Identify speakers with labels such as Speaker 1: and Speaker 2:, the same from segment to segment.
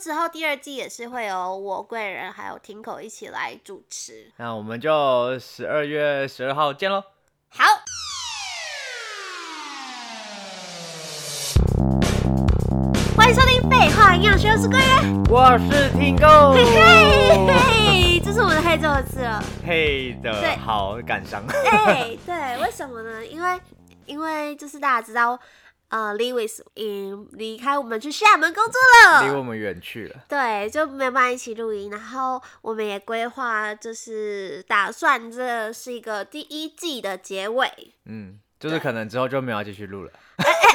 Speaker 1: 之后第二季也是会有我贵人还有听口一起来主持。
Speaker 2: 那我们就十二月十二号见喽。
Speaker 1: 好，欢迎收听《废话营养学》，我是贵人。
Speaker 2: 我是听够，
Speaker 1: 嘿嘿嘿，这是我的黑周次了。
Speaker 2: 嘿
Speaker 1: 对
Speaker 2: 的好 感伤。
Speaker 1: 哎，对，为什么呢？因为因为就是大家知道，呃，Lewis 嗯离开我们去厦门工作了，
Speaker 2: 离我们远去了。
Speaker 1: 对，就没有办法一起录音。然后我们也规划，就是打算这是一个第一季的结 尾。
Speaker 2: 嗯，就是可能之后就没有要继续录了。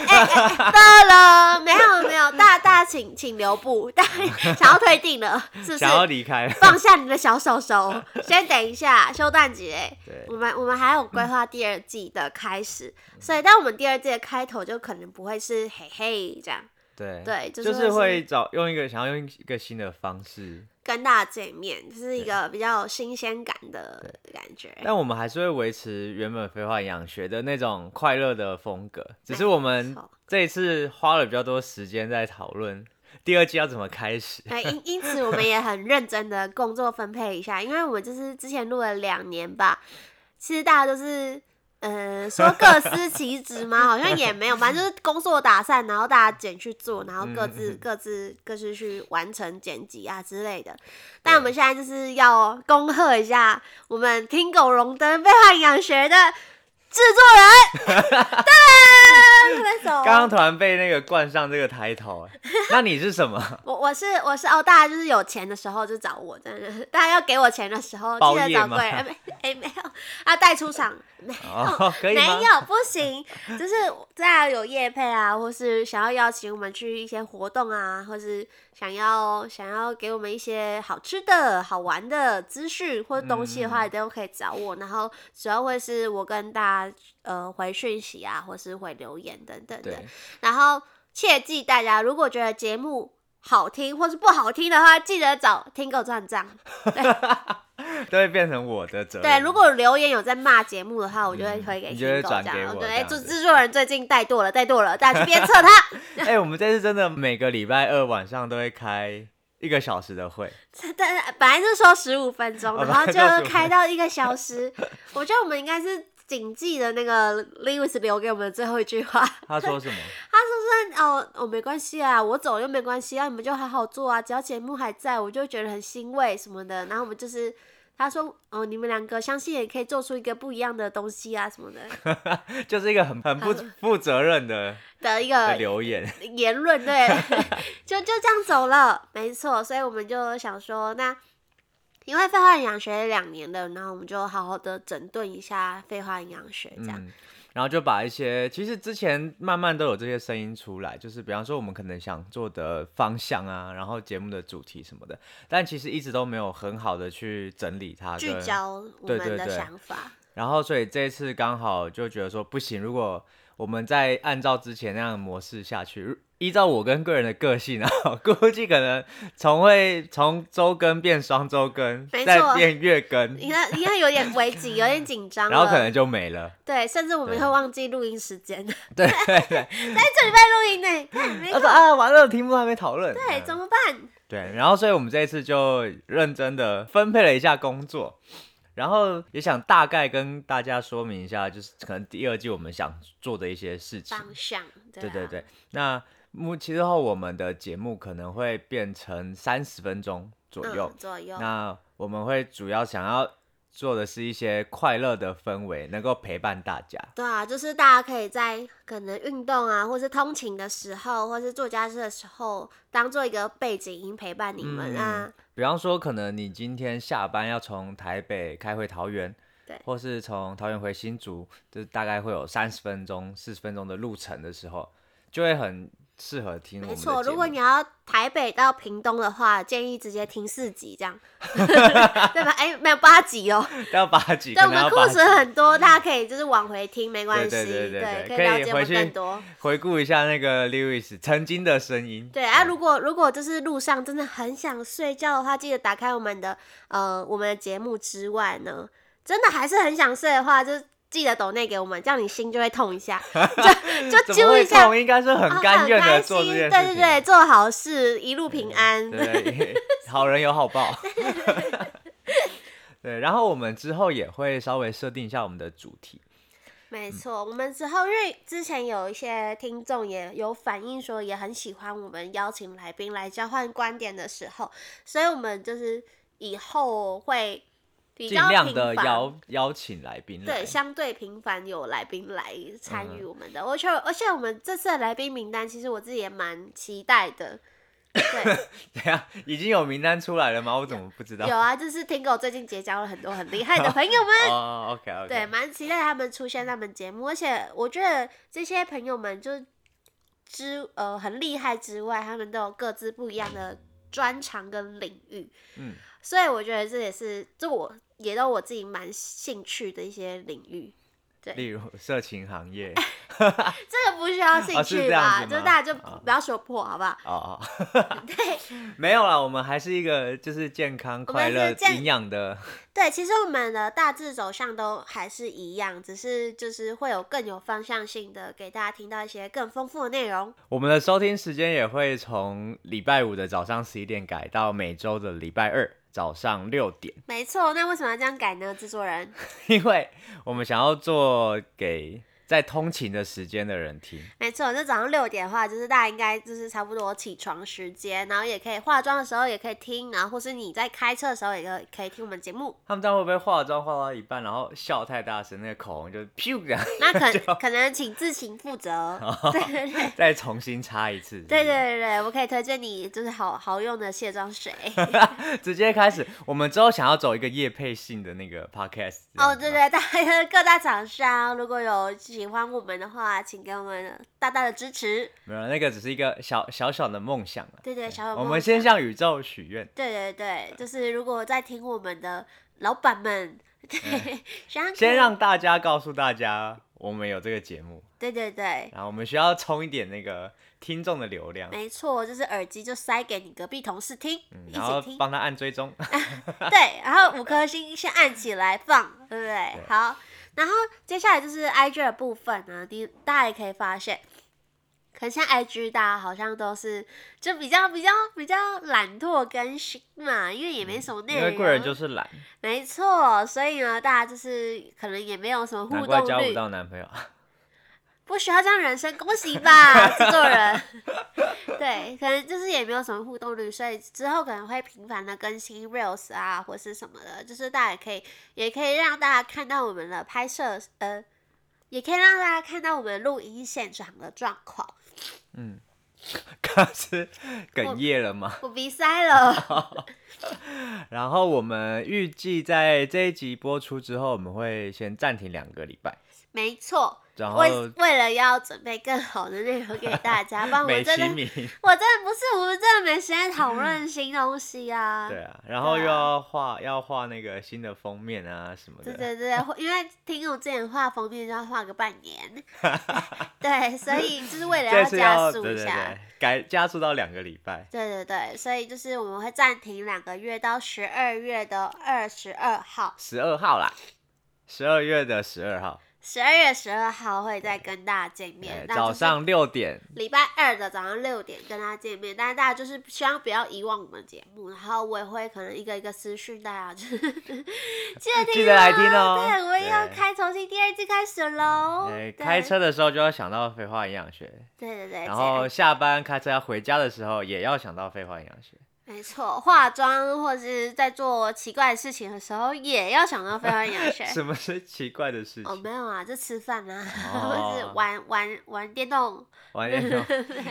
Speaker 1: 到了，没有没有，大大家请请留步，大家 想要退订了，是不是
Speaker 2: 想？要离开了。
Speaker 1: 放下你的小手手，先等一下，休蛋节。
Speaker 2: 对嗯
Speaker 1: 我们我们还有规划第二季的开始，所以但我们第二季的开头就可能不会是嘿嘿这样，
Speaker 2: 对
Speaker 1: 对，就
Speaker 2: 就是是
Speaker 1: 会
Speaker 2: 会找用一个想要用一个新的方式，
Speaker 1: 跟大家见面，就是一个比较有新鲜感的感觉。
Speaker 2: 但我们还是会维持原本废话营养学的那种快乐的风格，只是我
Speaker 1: 没
Speaker 2: 们
Speaker 1: 错
Speaker 2: 这一次花了比较多时间在讨论第二季要怎么开始。
Speaker 1: 对，因因此我们也很认真的工作分配一下，因为我们就是之前录了两年吧，其实大家都是。呃，说各司其职吗？好像也没有，反正就是工作打散，然后大家剪去做，然后各
Speaker 2: 嗯
Speaker 1: 自、各自各自去完成剪辑啊之类的。但我们现在就是要恭贺一下我们听狗荣登被汉养学的制作 人，对，拍手。
Speaker 2: 刚刚突然被那个冠上这个抬头，那你是什么？
Speaker 1: 我我是我是哦，大家就是有钱的时候就找我，真的，大家要给我钱的时候记
Speaker 2: 包
Speaker 1: 得
Speaker 2: 夜
Speaker 1: 找
Speaker 2: 吗
Speaker 1: 贵人，哎没哎没有，啊带出场没
Speaker 2: 哦， 可以
Speaker 1: 没
Speaker 2: 吗？
Speaker 1: 有不行，就是大家有业配啊，或是想要邀请我们去一些活动啊，或是想要想要给我们一些好吃的好玩的资讯或者东西的
Speaker 2: 嗯
Speaker 1: 话，也都可以找我，然后主要会是我跟大家呃回讯息啊，或是回留言等等的
Speaker 2: 对，，
Speaker 1: 然后切记大家，如果觉得节目好听或是不好听的话，记得找听狗转账。
Speaker 2: 都会变成我的责任。
Speaker 1: 对，如果留言有在骂节目的话，我就会推给
Speaker 2: 嗯你
Speaker 1: 听
Speaker 2: 就会
Speaker 1: 狗
Speaker 2: 转
Speaker 1: 这
Speaker 2: 给
Speaker 1: 样。
Speaker 2: 我
Speaker 1: 对，
Speaker 2: 这
Speaker 1: 哎
Speaker 2: 样
Speaker 1: 制
Speaker 2: 子
Speaker 1: 制作人最近怠惰了，怠惰了，大家去鞭策他。
Speaker 2: 哎、我们这次真的每个礼拜二晚上都会开一个小时的会，
Speaker 1: 但本来是说十五分钟，
Speaker 2: 哦
Speaker 1: 然后
Speaker 2: 本来
Speaker 1: 就
Speaker 2: 就15
Speaker 1: 开到一个小时。我觉得我们应该是谨记的那个 Lewis 留给我们的最后一句话。
Speaker 2: 他说什么？
Speaker 1: 哦哦，没关系啊，我走了又没关系啊，你们就好好做啊，只要节目还在，我就觉得很欣慰什么的。然后我们就是他说哦，你们两个相信也可以做出一个不一样的东西啊什么的
Speaker 2: 就是一个很很不负责任的
Speaker 1: 的一
Speaker 2: 的
Speaker 1: 个
Speaker 2: 留言。
Speaker 1: 言论，对， 就就这样走了，没错。所以我们就想说，那因为废话营养学两年了，然后我们就好好的整顿一下废话营养学这样。
Speaker 2: 嗯，然后就把一些其实之前慢慢都有这些声音出来，就是比方说我们可能想做的方向啊，然后节目的主题什么的，但其实一直都没有很好的去整理它，
Speaker 1: 聚
Speaker 2: 跟
Speaker 1: 焦我
Speaker 2: 对
Speaker 1: 们
Speaker 2: 对
Speaker 1: 的
Speaker 2: 对
Speaker 1: 想法，
Speaker 2: 然后所以这一次刚好就觉得说不行，如果我们再按照之前那样的模式下去，如依照我跟个人的个性啊， 估计可能从会从周更变双周更，
Speaker 1: 没
Speaker 2: 再
Speaker 1: 错
Speaker 2: 变月更，
Speaker 1: 你看，你看，有点危急，有点紧张了。
Speaker 2: 然后可能就没了。
Speaker 1: 对，甚至我们
Speaker 2: 对
Speaker 1: 会忘记录音时间。
Speaker 2: 对对 对，
Speaker 1: 哎，这礼拜录音呢，看没
Speaker 2: 他说啊，完了，题目还没讨论。
Speaker 1: 对，
Speaker 2: 嗯
Speaker 1: 怎么办？
Speaker 2: 对，然后所以我们这一次就认真的分配了一下工作，然后也想大概跟大家说明一下，就是可能第二季我们想做的一些事情。
Speaker 1: 方向，对
Speaker 2: 对
Speaker 1: 啊
Speaker 2: 对，对，那目其实后我们的节目可能会变成三十分钟左右
Speaker 1: 嗯，，左右，
Speaker 2: 那我们会主要想要做的是一些快乐的氛围，能够陪伴大家。
Speaker 1: 对啊，就是大家可以在可能运动啊，或是通勤的时候，或是做家事的时候，当做一个背景音陪伴你
Speaker 2: 嗯
Speaker 1: 们啊。
Speaker 2: 比方说，可能你今天下班要从台北开回桃园，
Speaker 1: 对
Speaker 2: 或是从桃园回新竹，就是大概会有三十分钟、四十分钟的路程的时候，就会很适合嗯听我们
Speaker 1: 没
Speaker 2: 的
Speaker 1: 错，
Speaker 2: 节
Speaker 1: 如果
Speaker 2: 目
Speaker 1: 你要台北到屏东的话，建议直接听四集 这样，对吧？哎、没有八集哦，
Speaker 2: 要把几，
Speaker 1: 对，
Speaker 2: 可
Speaker 1: 我
Speaker 2: 能
Speaker 1: 们
Speaker 2: 要
Speaker 1: 库
Speaker 2: 把
Speaker 1: 存很多，大家可以就是往回听，没关系，
Speaker 2: 对对对对
Speaker 1: 可
Speaker 2: 对
Speaker 1: 以了
Speaker 2: 可以
Speaker 1: 解我
Speaker 2: 回
Speaker 1: 们
Speaker 2: 去
Speaker 1: 更多。
Speaker 2: 回顾一下那个 Lewis 曾经的声音。
Speaker 1: 对啊，如果如果就是路上真的很想睡觉的话，记得打开我们的呃我们的节目之外呢，真的还是很想睡的话，就记得抖内给我们，这样你心就会痛一 下，就就
Speaker 2: 怎么
Speaker 1: 揪
Speaker 2: 会
Speaker 1: 一下，
Speaker 2: 痛？应该是很甘愿
Speaker 1: 啊很开
Speaker 2: 的做这
Speaker 1: 心
Speaker 2: 件
Speaker 1: 对
Speaker 2: 事
Speaker 1: 对
Speaker 2: 情。啊嗯
Speaker 1: 对，做好事一路平安。
Speaker 2: 对， 好人有好报。 对，然后我们之后也会稍微设定一下我们的主题。
Speaker 1: 没错，我们之后因为之前有一些听众也有反映说，也很喜欢我们邀请来宾来交换观点的时候，所以我们就是以后会比
Speaker 2: 尽
Speaker 1: 较
Speaker 2: 量
Speaker 1: 频
Speaker 2: 的
Speaker 1: 繁
Speaker 2: 邀邀请来宾来
Speaker 1: 对， 相对频繁有来宾来参与我们的，而且而且我们这次的来宾名单，其实我自己也蛮期待的。对，
Speaker 2: 等一下已经有名单出来了吗？我怎么不知道？
Speaker 1: 有啊，就是听狗最近结交了很多很厉害的朋友们，
Speaker 2: 哦，OK OK，
Speaker 1: 对，蛮期待他们出现在他们节目，而且我觉得这些朋友们就之呃很厉害之外，他们都有各自不一样的专长跟领域，
Speaker 2: 嗯，
Speaker 1: 所以我觉得这也是这我也都我自己蛮兴趣的一些领域。对
Speaker 2: 例如色情行业，
Speaker 1: 这个不需要兴
Speaker 2: 啊是
Speaker 1: 趣
Speaker 2: 这样
Speaker 1: 吧？
Speaker 2: 子
Speaker 1: 就
Speaker 2: 吗
Speaker 1: 大家就
Speaker 2: 啊
Speaker 1: 不要说破，好不 好？
Speaker 2: 哦，
Speaker 1: 对
Speaker 2: 没有啦，我们还是一个就是健康、
Speaker 1: 我们
Speaker 2: 快
Speaker 1: 是
Speaker 2: 乐、
Speaker 1: 健
Speaker 2: 营养的，
Speaker 1: 对，其实我们的大致走向都还是一样，只是就是会有更有方向性的给大家听到一些更丰富的内容。
Speaker 2: 我们的收听时间也会从礼拜五的早上十一点改到每周的礼拜二早上六点，
Speaker 1: 没错，那为什么要这样改呢？制作人，
Speaker 2: 因为我们想要做给在通勤的时间的人听。
Speaker 1: 没错，就早上六点的话，就是大家应该就是差不多起床时间，然后也可以化妆的时候也可以听，然后或是你在开车的时候也可以可以听我们节 目。
Speaker 2: 他们这样会不会化妆化到一半，然后笑太大声，那个口红就噗这样，
Speaker 1: 那可可能请自行负责。对对对。
Speaker 2: 再重新擦一次？
Speaker 1: 对对对对，我可以推荐你就是好好用的卸妆水。
Speaker 2: 对，直接开始。我们之后想要走一个业配性的那个 podcast 这样
Speaker 1: 哦，
Speaker 2: 子啊
Speaker 1: 对对，
Speaker 2: 吗，
Speaker 1: 大家各大厂商如果有喜欢我们的话，请给我们大大的支持。
Speaker 2: 没有那个只是一个小小小的梦想啊。
Speaker 1: 对对，小有
Speaker 2: 我
Speaker 1: 哦梦
Speaker 2: 们先
Speaker 1: 想
Speaker 2: 向宇宙许愿。
Speaker 1: 对对对，就是如果在听我们的老板们，对，想
Speaker 2: 哎先让大家告诉大家，我们有这个节目，
Speaker 1: 对对对，
Speaker 2: 然后我们需要冲一点那个听众的流量，
Speaker 1: 没错，就是耳机就塞给你隔壁同事听，
Speaker 2: 嗯
Speaker 1: 哎一
Speaker 2: 然
Speaker 1: 起
Speaker 2: 后
Speaker 1: 听。
Speaker 2: 帮他按追踪。
Speaker 1: 对，然后五颗星先按起来放，对不对？
Speaker 2: 对
Speaker 1: 好，然后接下来就是 IG 的部分呢，你大家也可以发现，可能像 IG 大家好像都是就比较比较比较懒惰更新嘛，因为也没什么内
Speaker 2: 因
Speaker 1: 容，
Speaker 2: 为贵人就是懒，
Speaker 1: 没错，所以呢，大家就是可能也没有什么
Speaker 2: 难
Speaker 1: 互
Speaker 2: 怪
Speaker 1: 动
Speaker 2: 交不
Speaker 1: 率，
Speaker 2: 到男朋友。
Speaker 1: 不需要这样人生，恭喜 吧，制作人。 对，可能就是也没有什么互动率，所以之后可能会频繁的更新 reels 啊，或是什么的，就是大家也可以，也可以让大家看到我们的拍摄，呃，也可以让大家看到我们录音现场的状况。
Speaker 2: 刚刚是
Speaker 1: 哦
Speaker 2: 哽咽了吗？
Speaker 1: 我鼻塞 了，
Speaker 2: 然后我们预计在这一集播出之后，我们会先暂停两个礼拜，
Speaker 1: 没错，
Speaker 2: 然后
Speaker 1: 为为了要准备更好的内容给大 家，不然啊我
Speaker 2: 美
Speaker 1: 真
Speaker 2: 其
Speaker 1: 的，
Speaker 2: 名，
Speaker 1: 我真的不是，我们真的没时间讨 论新东西啊。
Speaker 2: 对啊，然后
Speaker 1: 对啊
Speaker 2: 又要画要画那个新的封面啊什么
Speaker 1: 对
Speaker 2: 的，
Speaker 1: 对对，会因为听我之前画封面就要画个半年， 对，所以就是为了
Speaker 2: 这次
Speaker 1: 加
Speaker 2: 要
Speaker 1: 速
Speaker 2: 对
Speaker 1: 一
Speaker 2: 对
Speaker 1: 下
Speaker 2: 对，，改加速到两个礼拜。
Speaker 1: 对对对，所以就是我们会暂停两个月到十二月的二十二号，
Speaker 2: 十二号啦，十二月的十二号，
Speaker 1: 十二月十二号会再跟大家见面
Speaker 2: 呃，
Speaker 1: 那
Speaker 2: 早
Speaker 1: 就是
Speaker 2: 上六点，
Speaker 1: 礼拜二的早上六点跟大家见面，但是大家就是希望不要遗忘我们节目，然后我也会可能一个一个私讯大家， 就是记得听、哦，
Speaker 2: 记得来听哦
Speaker 1: 对，我们要
Speaker 2: 对
Speaker 1: 开重新第二季开始喽
Speaker 2: 呃，，
Speaker 1: 哦对
Speaker 2: 开，车的时候就要想到废话营养学，
Speaker 1: 对对对，
Speaker 2: 然
Speaker 1: 这样
Speaker 2: 后下班开车要回家的时候也要想到废话营养学。。
Speaker 1: 没错，化妆或是在做奇怪的事情的时候，也要想到非常养学
Speaker 2: 什么 是奇怪的事
Speaker 1: 哦，
Speaker 2: 情？
Speaker 1: 没有啊，就吃饭啊，
Speaker 2: 哦
Speaker 1: 或是玩玩玩电动。
Speaker 2: 玩 电动，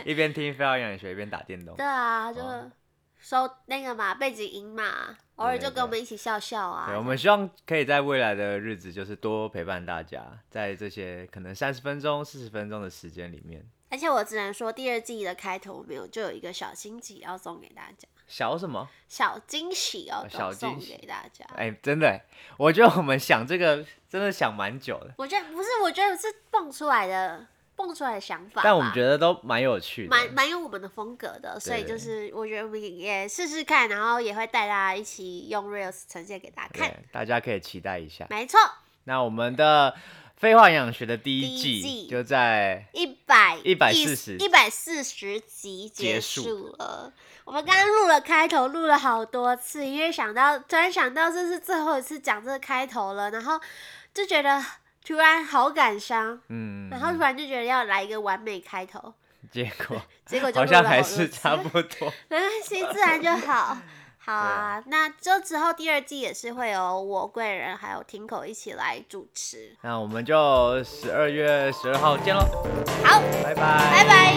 Speaker 2: 一边听废话营养学一边打电动
Speaker 1: 对。啊，就
Speaker 2: 哦
Speaker 1: 收那个嘛，背景音嘛，偶尔就跟我们一起笑笑
Speaker 2: 对，我
Speaker 1: 啊。
Speaker 2: 们希望可以在未来的日子，就是多陪伴大家，在这些可能三十分钟、四十分钟的时间里面，
Speaker 1: 而且我只能说，第二季的开头没有，就有一个小惊喜要送给大家，
Speaker 2: 小什么？
Speaker 1: 小惊喜要
Speaker 2: 哦小
Speaker 1: 送
Speaker 2: 惊喜
Speaker 1: 给大家。
Speaker 2: 哎、真的欸，我觉得我们想这个真的想蛮久的，
Speaker 1: 我觉得不是，我觉得是蹦出来的，蹦出来的想法吧。
Speaker 2: 但我们觉得都蛮有趣的，
Speaker 1: 蛮蛮有我们的风格的，所以
Speaker 2: 对
Speaker 1: 就是我觉得我们也也试试看，然后也会带大家一起用 reels 呈现给大家看。
Speaker 2: 对，大家可以期待一下。
Speaker 1: 没错，
Speaker 2: 那我们的非化营养学的第
Speaker 1: 第
Speaker 2: 一
Speaker 1: 一
Speaker 2: 季
Speaker 1: 季
Speaker 2: 就在
Speaker 1: 一百
Speaker 2: 140
Speaker 1: 一百四十集结
Speaker 2: 结束
Speaker 1: 束了。我们刚刚录了开头，录了好多次，因为想到突然想到这是最后一次讲这个开头了，然后就觉得突然好感伤，
Speaker 2: 嗯，
Speaker 1: 然后突然就觉得要来一个完美开头，
Speaker 2: 结果
Speaker 1: 结 果就
Speaker 2: 好
Speaker 1: 录了
Speaker 2: 像还
Speaker 1: 多
Speaker 2: 是
Speaker 1: 次
Speaker 2: 差不多。
Speaker 1: 没关系，自然就好。好啊，那就之后第二季也是会有我贵人还有听口一起来主持。
Speaker 2: 那我们就十二月十二号见喽，
Speaker 1: 好，
Speaker 2: 拜拜，
Speaker 1: 拜
Speaker 2: 拜。
Speaker 1: 拜。